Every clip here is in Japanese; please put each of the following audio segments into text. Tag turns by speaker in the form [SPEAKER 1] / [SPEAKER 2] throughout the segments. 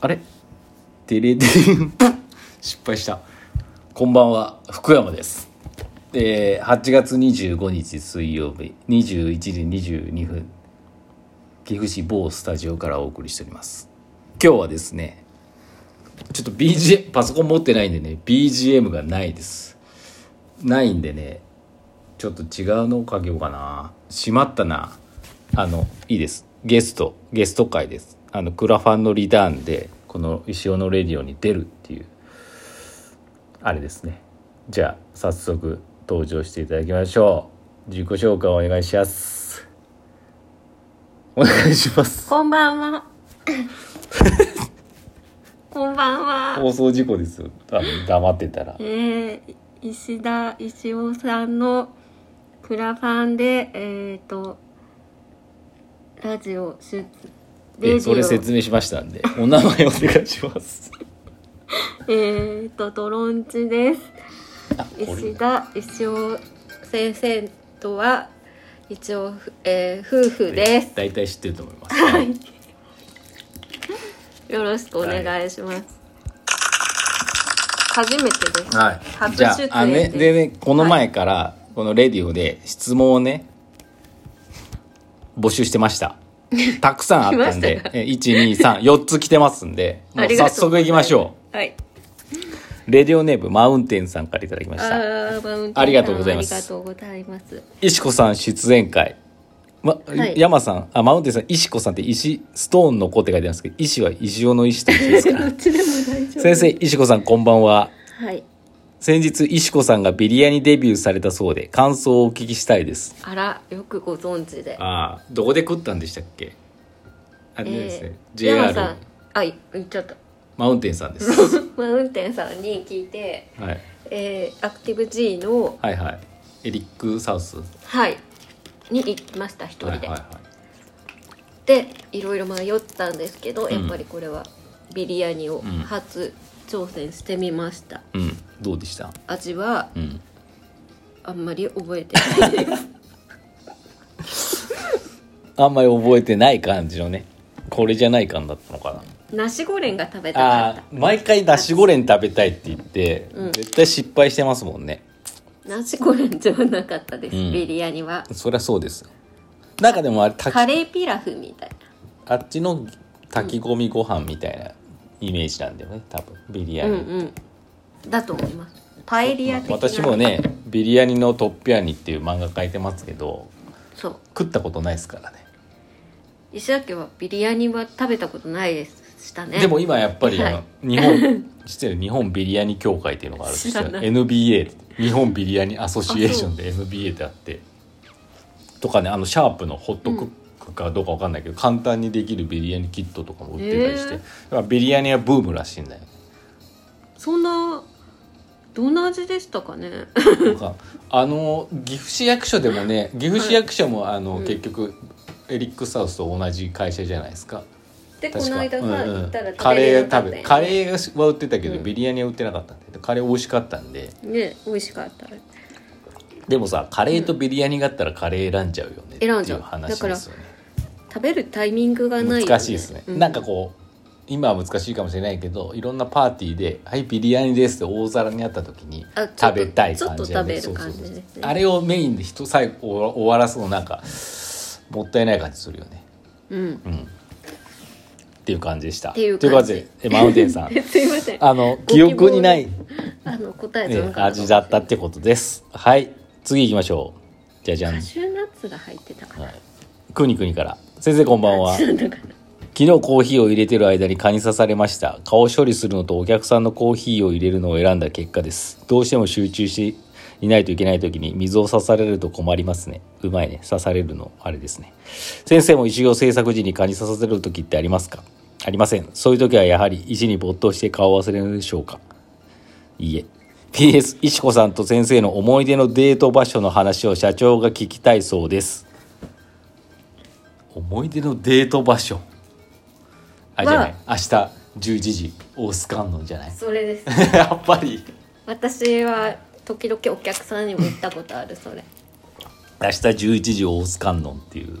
[SPEAKER 1] あれデレデレンプッ失敗したこんばんは福山ですえー、8月25日水曜日21時22分岐阜市某スタジオからお送りしております今日はですねちょっと BGM パソコン持ってないんでね BGM がないですないんでねちょっと違うのをかけようかなしまったなあのいいですゲストゲスト会ですあのクラファンのリターンでこの石尾のレディオに出るっていうあれですねじゃあ早速登場していただきましょう自己紹介お願いしますお願いします
[SPEAKER 2] こんば んは。こんばんは。
[SPEAKER 1] 放送事故ですよ多分黙ってたら
[SPEAKER 2] えー、石田石尾さんのクラファンで、えっ、と、ラジオ出、
[SPEAKER 1] え
[SPEAKER 2] レジ
[SPEAKER 1] そ
[SPEAKER 2] オ、
[SPEAKER 1] れ説明しましたんでお名前お願いします
[SPEAKER 2] えっ、と、トロンチです。石田石尾先生とは、一応、えー夫婦です。
[SPEAKER 1] 大体知ってると思います
[SPEAKER 2] よろしくお願いします。初めてです。
[SPEAKER 1] はい。
[SPEAKER 2] 初
[SPEAKER 1] じゃ
[SPEAKER 2] 出演
[SPEAKER 1] あ、あね、
[SPEAKER 2] です
[SPEAKER 1] でね、この前から、このレディオで質問をね、募集してました。たくさんあったん
[SPEAKER 2] 来まし
[SPEAKER 1] で
[SPEAKER 2] た、
[SPEAKER 1] え1、2、3、4つ来てますんで、も
[SPEAKER 2] あ
[SPEAKER 1] う
[SPEAKER 2] りがと
[SPEAKER 1] 早
[SPEAKER 2] う
[SPEAKER 1] 速行きましょ
[SPEAKER 2] はい。
[SPEAKER 1] う。レディオネームマウンテンさんからいただきました。
[SPEAKER 2] あーマウンテンさん
[SPEAKER 1] ありがとうございます
[SPEAKER 2] ありがとうございます。
[SPEAKER 1] 石子さん出演会。ま、
[SPEAKER 2] い
[SPEAKER 1] 山さん、あ、マウンテンさん、石子さんって石、ストーンの子って書いてあるんですけど、石は石尾の石と一緒ですから
[SPEAKER 2] ど。っちでも大丈夫。
[SPEAKER 1] 先生、石子さんこんばんは。
[SPEAKER 2] はい。
[SPEAKER 1] 先日、石子さんがビリヤニデビューされたそうで、感想をお聞きしたいです。
[SPEAKER 2] あら、よくご存知で。
[SPEAKER 1] ああどこで食ったんでしたっけあれですね、JR
[SPEAKER 2] 山さん、あ、い言っちゃった。
[SPEAKER 1] マウンテンさんです、
[SPEAKER 2] マウンテンさんに聞いて、
[SPEAKER 1] はい、
[SPEAKER 2] えー、アクティブ G の、
[SPEAKER 1] はいはいエリック・サウス
[SPEAKER 2] はい、に行きました、一人で。
[SPEAKER 1] はいはいはい
[SPEAKER 2] で、いろいろ迷ったんですけど、
[SPEAKER 1] ん
[SPEAKER 2] やっぱりこれはビリヤニを初挑戦してみました。
[SPEAKER 1] うんどうでした
[SPEAKER 2] 味は
[SPEAKER 1] うん
[SPEAKER 2] あんまり覚えて ない。
[SPEAKER 1] あんまり覚えてない感じのねこれじゃない感だったのかな
[SPEAKER 2] ナシゴレンが食べたかっ
[SPEAKER 1] あ。
[SPEAKER 2] た
[SPEAKER 1] ー毎回ナシゴレン食べたいって言って、
[SPEAKER 2] うん
[SPEAKER 1] 絶対失敗してますもんね
[SPEAKER 2] ナシゴレンじゃなかったです、
[SPEAKER 1] うん
[SPEAKER 2] ビリヤニは
[SPEAKER 1] そりゃそうですよなんかでもあれ炊
[SPEAKER 2] カ
[SPEAKER 1] き
[SPEAKER 2] レーピラフみたい
[SPEAKER 1] あっちの炊き込みご飯みたいなイメージなんだよね多分ビリヤ
[SPEAKER 2] なう
[SPEAKER 1] ニ、
[SPEAKER 2] んうんだと思いますパエリア的な、
[SPEAKER 1] 私もね「ビリヤニのトッピアニ」っていう漫画書いてますけど
[SPEAKER 2] そう
[SPEAKER 1] 食ったことないですからね
[SPEAKER 2] 石田家はビリヤニは食べたことないですしたね
[SPEAKER 1] でも今やっぱり、
[SPEAKER 2] はい
[SPEAKER 1] あの日本 知ってる日本ビリヤニ協会っていうのがあるんで
[SPEAKER 2] 知
[SPEAKER 1] す
[SPEAKER 2] ら
[SPEAKER 1] よ
[SPEAKER 2] ない
[SPEAKER 1] NBA って日本ビリヤニアソシエーションで NBA ってあってとかねあのシャープのホットクックかどうかわかんないけど、簡単にできるビリヤニキットとかも売ってたりして、
[SPEAKER 2] へー
[SPEAKER 1] だからビリヤニはブームらしいんだよ
[SPEAKER 2] そんなどんな味でし たかね
[SPEAKER 1] なんかあの岐阜市役所でもね岐阜市役所もあの、結局エリック・サウスと同じ会社じゃないですか
[SPEAKER 2] でこ
[SPEAKER 1] 確
[SPEAKER 2] の
[SPEAKER 1] か
[SPEAKER 2] 間さ、
[SPEAKER 1] うんうん
[SPEAKER 2] 行ったら
[SPEAKER 1] カレー
[SPEAKER 2] 食
[SPEAKER 1] 食
[SPEAKER 2] べ
[SPEAKER 1] べカ
[SPEAKER 2] ー
[SPEAKER 1] レーは売ってたけど、
[SPEAKER 2] うん
[SPEAKER 1] ビリヤニは売ってなかったんでカレー美味しかったんで
[SPEAKER 2] ね美味しかった
[SPEAKER 1] でもさカレーとビリヤニがあったらカレー選んじゃうよねってい
[SPEAKER 2] 選んじゃ
[SPEAKER 1] う
[SPEAKER 2] う
[SPEAKER 1] 話ですよね
[SPEAKER 2] 食べるタイミングがないよ、
[SPEAKER 1] 難しいですね、
[SPEAKER 2] う
[SPEAKER 1] なんかこう今は難しいかもしれないけどいろんなパーティーで「はいビリヤニです」って大皿にあった時に
[SPEAKER 2] あちょっと
[SPEAKER 1] 食べたい感じ
[SPEAKER 2] ちょっと食べる
[SPEAKER 1] そうそうそう
[SPEAKER 2] 感じですね
[SPEAKER 1] あれをメインで人最後終わらすのなんかもったいない感じするよね
[SPEAKER 2] うん
[SPEAKER 1] うんっていう感じでした
[SPEAKER 2] ていう
[SPEAKER 1] という
[SPEAKER 2] 感
[SPEAKER 1] 感
[SPEAKER 2] じ
[SPEAKER 1] じでえマウンテン さん
[SPEAKER 2] すいませんあ
[SPEAKER 1] あの記憶にない
[SPEAKER 2] の答えじゃ
[SPEAKER 1] ね
[SPEAKER 2] な、かったかもしれない、
[SPEAKER 1] 味だったってことですはい次行きましょうじゃじゃん
[SPEAKER 2] カ、シューナッツが入ってたか
[SPEAKER 1] は
[SPEAKER 2] ら
[SPEAKER 1] い、くにくにから先生こんばんは
[SPEAKER 2] カシ
[SPEAKER 1] 昨
[SPEAKER 2] ューナッツだから
[SPEAKER 1] 日コーヒーを入れてる間に蚊に刺されました顔処理するのとお客さんのコーヒーを入れるのを選んだ結果ですどうしても集中していないといけない時に水を刺されると困りますねうまいね刺されるのあれですね先生も石を制作時に蚊に刺させる時ってありますかありませんそういう時はやはり石に没頭して顔を忘れるのでしょうかいいえ。PS、石子さんと先生の思い出のデート場所の話を社長が聞きたいそうです。思い出のデート場所あ、じゃない。明日11時、大須観音じゃない
[SPEAKER 2] それです
[SPEAKER 1] やっぱり。
[SPEAKER 2] 私は時々お客さんにも言ったことあるそれ
[SPEAKER 1] 明日11時、大須観音っていう。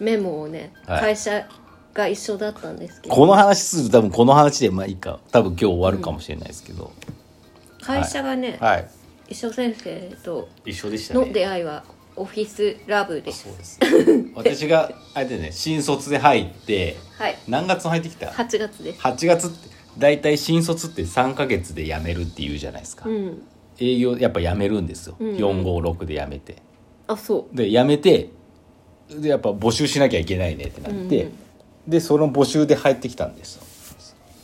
[SPEAKER 2] メモをね、
[SPEAKER 1] はい
[SPEAKER 2] 会社が一緒だったんですけど
[SPEAKER 1] この話すると多分この話でまあいいか多分今日終わるかもしれないですけど、
[SPEAKER 2] 会社がね、
[SPEAKER 1] はい
[SPEAKER 2] 一緒先生と
[SPEAKER 1] 一緒でしたね
[SPEAKER 2] の出会いはオフィスラブです
[SPEAKER 1] そうです私があれでね新卒で入って
[SPEAKER 2] はい
[SPEAKER 1] 何月に入ってきた
[SPEAKER 2] 8月です
[SPEAKER 1] 8月って大体新卒って3か月で辞めるっていうじゃないですか、
[SPEAKER 2] うん
[SPEAKER 1] 営業やっぱ辞めるんですよ、
[SPEAKER 2] うんうん
[SPEAKER 1] 456で辞めて
[SPEAKER 2] あそう
[SPEAKER 1] で辞めてでやっぱ募集しなきゃいけないねってなって、
[SPEAKER 2] うん
[SPEAKER 1] でその募集で入ってきたんですよ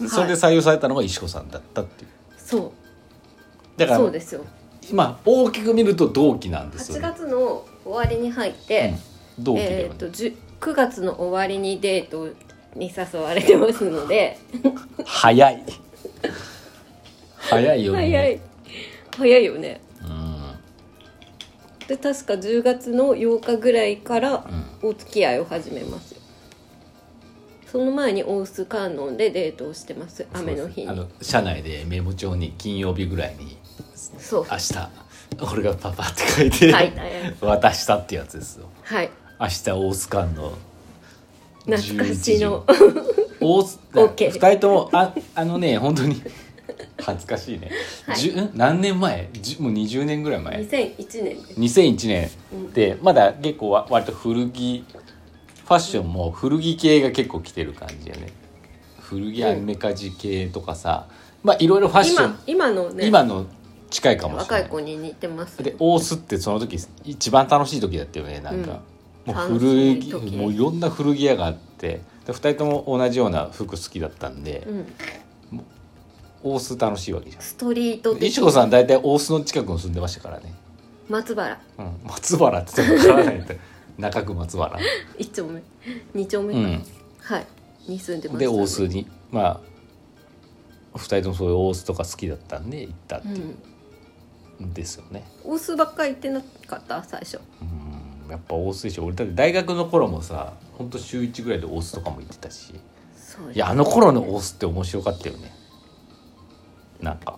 [SPEAKER 1] でそれで採用されたのが石子さんだったっていう
[SPEAKER 2] そう
[SPEAKER 1] だか
[SPEAKER 2] そう
[SPEAKER 1] ら
[SPEAKER 2] ですよ
[SPEAKER 1] まあ大きく見ると同期なんですよ
[SPEAKER 2] 8
[SPEAKER 1] ね、
[SPEAKER 2] 月の終わりに入って、
[SPEAKER 1] うん同期では
[SPEAKER 2] え
[SPEAKER 1] な
[SPEAKER 2] ー、
[SPEAKER 1] い
[SPEAKER 2] と10 9月の終わりにデートに誘われてますので
[SPEAKER 1] 早い早いよね
[SPEAKER 2] 早い早いよね
[SPEAKER 1] うん
[SPEAKER 2] で確か10月の8日ぐらいからお付き合いを始めますよその前に大須観音でデートをしてます雨の日
[SPEAKER 1] そうですあ
[SPEAKER 2] に
[SPEAKER 1] の社内でメモ帳に金曜日ぐらいに
[SPEAKER 2] そう
[SPEAKER 1] 明日俺がパパって書いて、
[SPEAKER 2] 書いたやつ
[SPEAKER 1] 渡したってやつですよ
[SPEAKER 2] はい
[SPEAKER 1] 明日大須館の
[SPEAKER 2] 懐かしの
[SPEAKER 1] 11時大須
[SPEAKER 2] OK
[SPEAKER 1] 2人ともああのね本当に恥ずかしいね、
[SPEAKER 2] はい
[SPEAKER 1] じゅん何年前じゅもう20年ぐらい前
[SPEAKER 2] 2001年です
[SPEAKER 1] 2001年でまだ結構わ割と古着ファッションも古着系が結構来てる感じよね古着アニメカジ系とかさ、まあいろいろファッション
[SPEAKER 2] 今今のね
[SPEAKER 1] 今の近いかもし
[SPEAKER 2] 若
[SPEAKER 1] れない
[SPEAKER 2] い子に似てます
[SPEAKER 1] で大須ってその時一番楽しい時だったよねなんか、
[SPEAKER 2] うん
[SPEAKER 1] もう古
[SPEAKER 2] 楽しい
[SPEAKER 1] 着
[SPEAKER 2] 時
[SPEAKER 1] もういろんな古着屋があってで2人とも同じような服好きだったんで、
[SPEAKER 2] うん、
[SPEAKER 1] 大須楽しいわけじゃん
[SPEAKER 2] ストリート
[SPEAKER 1] いち
[SPEAKER 2] 的
[SPEAKER 1] こさん大体大須の近くに住んでましたからね、
[SPEAKER 2] 松原
[SPEAKER 1] うん、松原って言っても分からない って中区松原
[SPEAKER 2] 一丁目二丁目
[SPEAKER 1] う
[SPEAKER 2] か、
[SPEAKER 1] ん
[SPEAKER 2] はいに住んでました、
[SPEAKER 1] で大須にまあ2人ともそういう大須とか好きだったんで行った
[SPEAKER 2] うんん
[SPEAKER 1] ですよね、
[SPEAKER 2] 大須ばっかり行ってなかった最初
[SPEAKER 1] うん、やっぱ大須でしょ俺だって大学の頃もさほんと週1ぐらいで大須とかも行ってたし
[SPEAKER 2] そう
[SPEAKER 1] いやあの頃のオスって面白かったよねなんか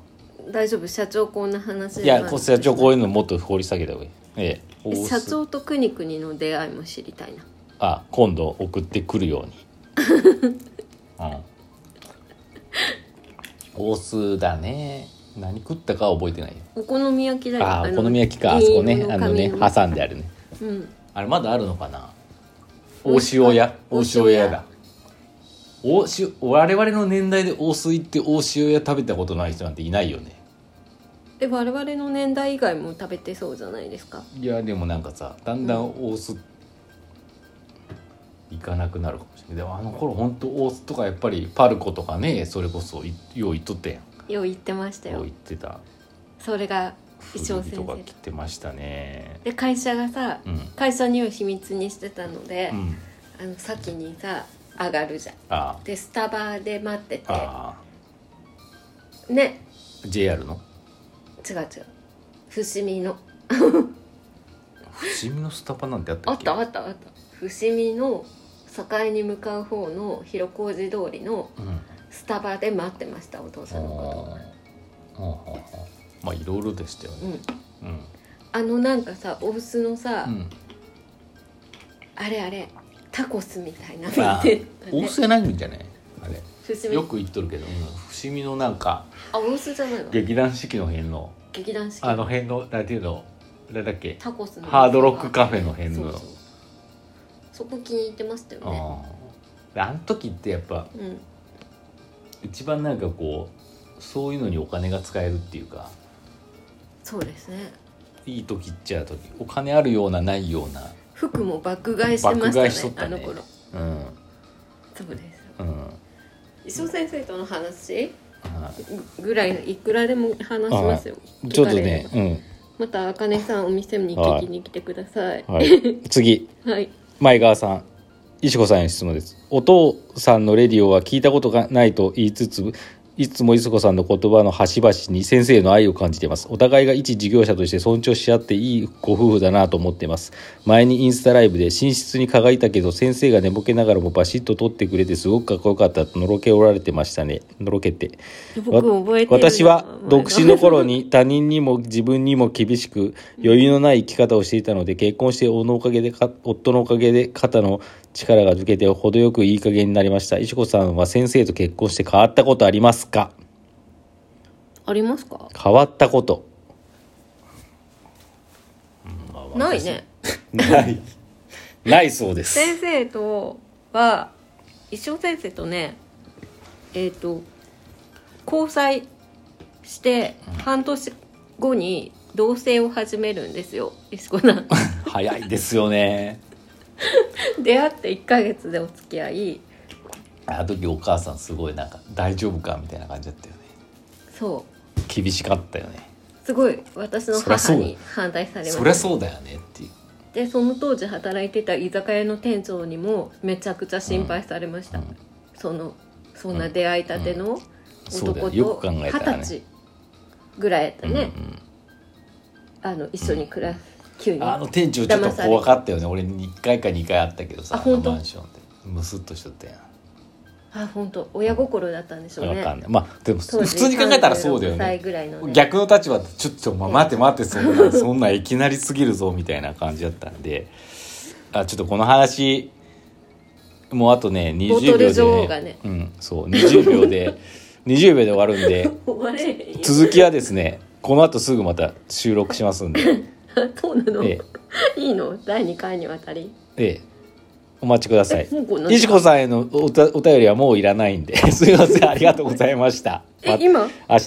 [SPEAKER 2] 大丈夫社長こんな話
[SPEAKER 1] いやこう社長こう
[SPEAKER 2] う
[SPEAKER 1] いうのもっと掘り下げた方がいいええオス
[SPEAKER 2] 社長とくにくにの出会いも知りたいな
[SPEAKER 1] あ今度送ってくるように うんオスだね何食ったかは覚えてないよ
[SPEAKER 2] お好み焼きだよ
[SPEAKER 1] ああ
[SPEAKER 2] の
[SPEAKER 1] お好み焼きかあそこ
[SPEAKER 2] 銀
[SPEAKER 1] ね
[SPEAKER 2] 色
[SPEAKER 1] あのね
[SPEAKER 2] 紙
[SPEAKER 1] 挟んであるね
[SPEAKER 2] うん
[SPEAKER 1] あれまだあるのかな
[SPEAKER 2] 美
[SPEAKER 1] 大
[SPEAKER 2] 味しか
[SPEAKER 1] 塩屋
[SPEAKER 2] 大
[SPEAKER 1] 大
[SPEAKER 2] 塩
[SPEAKER 1] 塩
[SPEAKER 2] 屋
[SPEAKER 1] 屋だ大塩我々の年代で大須行って大塩屋食べたことない人なんていないよね
[SPEAKER 2] で我々の年代以外も食べてそうじゃないですか
[SPEAKER 1] いやでもなんかさだんだん大須、行かなくなるかもしれないでもあの頃本当大須とかやっぱりパルコとかねそれこそいよう行っとったやん
[SPEAKER 2] よう言ってました
[SPEAKER 1] よう
[SPEAKER 2] よ
[SPEAKER 1] 行ってた
[SPEAKER 2] それが
[SPEAKER 1] 古
[SPEAKER 2] 一応
[SPEAKER 1] 着
[SPEAKER 2] 先
[SPEAKER 1] とか
[SPEAKER 2] 生
[SPEAKER 1] 着てましたね
[SPEAKER 2] で会社がさ、
[SPEAKER 1] うん
[SPEAKER 2] 会社には秘密にしてたので、
[SPEAKER 1] うん
[SPEAKER 2] あの先にさ上がるじゃん
[SPEAKER 1] あ
[SPEAKER 2] でスタバで待って
[SPEAKER 1] ああ
[SPEAKER 2] てね
[SPEAKER 1] あ JR の
[SPEAKER 2] 違う違う伏見の
[SPEAKER 1] 伏見のスタバなんてあっ
[SPEAKER 2] あ
[SPEAKER 1] たっ
[SPEAKER 2] っ
[SPEAKER 1] け
[SPEAKER 2] たあったあった伏見の境に向かう方の広小路通りの
[SPEAKER 1] うんあ
[SPEAKER 2] スタバで待ってましたお父
[SPEAKER 1] あ
[SPEAKER 2] さんのこ
[SPEAKER 1] ああまあいろいろでしたよ
[SPEAKER 2] と
[SPEAKER 1] ね
[SPEAKER 2] うん
[SPEAKER 1] うん
[SPEAKER 2] あのなんかさお酢のさ、
[SPEAKER 1] うん
[SPEAKER 2] あれあれタコスみたいな
[SPEAKER 1] ああ
[SPEAKER 2] のって
[SPEAKER 1] 大須やないんじゃないあれ
[SPEAKER 2] 伏見
[SPEAKER 1] よく行っとるけど、うん伏見のなんか
[SPEAKER 2] あお酢じゃないわ
[SPEAKER 1] 劇団四季の辺の
[SPEAKER 2] 劇団四季
[SPEAKER 1] あの辺のなんていうのなんだっけ
[SPEAKER 2] タコスの
[SPEAKER 1] ハードロックカフェの辺
[SPEAKER 2] そ
[SPEAKER 1] の
[SPEAKER 2] うそうそこ気に入ってましたよね
[SPEAKER 1] あああの時ってやっぱ
[SPEAKER 2] うん
[SPEAKER 1] 一番なんかこうそういうのにお金が使えるっていうか
[SPEAKER 2] そうですね
[SPEAKER 1] いい時っちゃ時お金あるようなないような
[SPEAKER 2] 服も爆買いしてま
[SPEAKER 1] 爆買いし
[SPEAKER 2] し
[SPEAKER 1] たと
[SPEAKER 2] ね
[SPEAKER 1] った
[SPEAKER 2] あの
[SPEAKER 1] ね
[SPEAKER 2] 頃
[SPEAKER 1] うん
[SPEAKER 2] そうです
[SPEAKER 1] うん
[SPEAKER 2] 磯先生との話
[SPEAKER 1] は
[SPEAKER 2] ぐらいいくらでも話しますよ、
[SPEAKER 1] いちょっとね
[SPEAKER 2] 聞かれれば
[SPEAKER 1] う
[SPEAKER 2] またあかねさんお店に聞きに来てください
[SPEAKER 1] ん、 はい、次
[SPEAKER 2] はい
[SPEAKER 1] 前川さん石子さんへの質問ですお父さんのレディオは聞いたことがないと言いつついつも石子さんの言葉の端々に先生への愛を感じていますお互いが一事業者として尊重し合っていいご夫婦だなと思っています前にインスタライブで寝室に輝いたけど先生が寝ぼけながらもバシッと撮ってくれてすごくかっこよかったとのろけおられてましたねのろけて
[SPEAKER 2] 僕覚えてるな
[SPEAKER 1] 私は独身の頃に他人にも自分にも厳しく余裕のない生き方をしていたので結婚しておのおかげでか夫のおかげで肩の力が抜けて程よくいい加減になりました石子さんは先生と結婚して変わったことありますか
[SPEAKER 2] ありますか
[SPEAKER 1] 変わったこと
[SPEAKER 2] ないね
[SPEAKER 1] ないないそうです
[SPEAKER 2] 先生とは一生先生とねえっ、と交際して半年後に同棲を始めるんですよ石子さ ん
[SPEAKER 1] 早いですよね
[SPEAKER 2] 出会って1ヶ月でお付き合い
[SPEAKER 1] あの時お母さんすごいなんか大丈夫かみたいな感じだったよね
[SPEAKER 2] そう
[SPEAKER 1] 厳しかったよね
[SPEAKER 2] すごい私の
[SPEAKER 1] そりゃそ
[SPEAKER 2] 母
[SPEAKER 1] う
[SPEAKER 2] に反対されまし
[SPEAKER 1] そ
[SPEAKER 2] た
[SPEAKER 1] りゃそうだよねっていう
[SPEAKER 2] でその当時働いてた居酒屋の店長にもめちゃくちゃ心配されました、
[SPEAKER 1] うん
[SPEAKER 2] そのそんな出会いたての
[SPEAKER 1] そうだよ
[SPEAKER 2] 男と
[SPEAKER 1] よく考え
[SPEAKER 2] 二
[SPEAKER 1] たら
[SPEAKER 2] 十
[SPEAKER 1] ね
[SPEAKER 2] 歳ぐらいやったね、
[SPEAKER 1] うん
[SPEAKER 2] あの一緒に暮らす、急
[SPEAKER 1] う
[SPEAKER 2] に
[SPEAKER 1] んあの店長ちょっと怖かったよね俺に1回か2回あったけどさ
[SPEAKER 2] あ本当
[SPEAKER 1] のマンションでムスッとしとったやん
[SPEAKER 2] あ本当親心だったんでしょう
[SPEAKER 1] わ
[SPEAKER 2] ね
[SPEAKER 1] かんないまあでも
[SPEAKER 2] 当
[SPEAKER 1] 普
[SPEAKER 2] 時
[SPEAKER 1] 通に考えたらそうだよ
[SPEAKER 2] 36歳
[SPEAKER 1] ね
[SPEAKER 2] ぐらいのね
[SPEAKER 1] 逆の立場でちょっと、まあ、待って待ってそんなそんないきなりすぎるぞみたいな感じだったんであちょっとこの話もうあとね
[SPEAKER 2] ボ
[SPEAKER 1] 20
[SPEAKER 2] トル女
[SPEAKER 1] 秒
[SPEAKER 2] 王が
[SPEAKER 1] で、
[SPEAKER 2] ね
[SPEAKER 1] うんそう20秒 で20秒で終わるんで
[SPEAKER 2] 終われ へんよ
[SPEAKER 1] 続きはですねこの後すぐまた収録しますんで、
[SPEAKER 2] そうなの、
[SPEAKER 1] え
[SPEAKER 2] いいの第2回にわたり
[SPEAKER 1] えええ、お待ちください
[SPEAKER 2] え もうこんな時間
[SPEAKER 1] 石 子さんへのおたお便りはもういらないんですいませんありがとうございました
[SPEAKER 2] え
[SPEAKER 1] ま
[SPEAKER 2] 今
[SPEAKER 1] 明日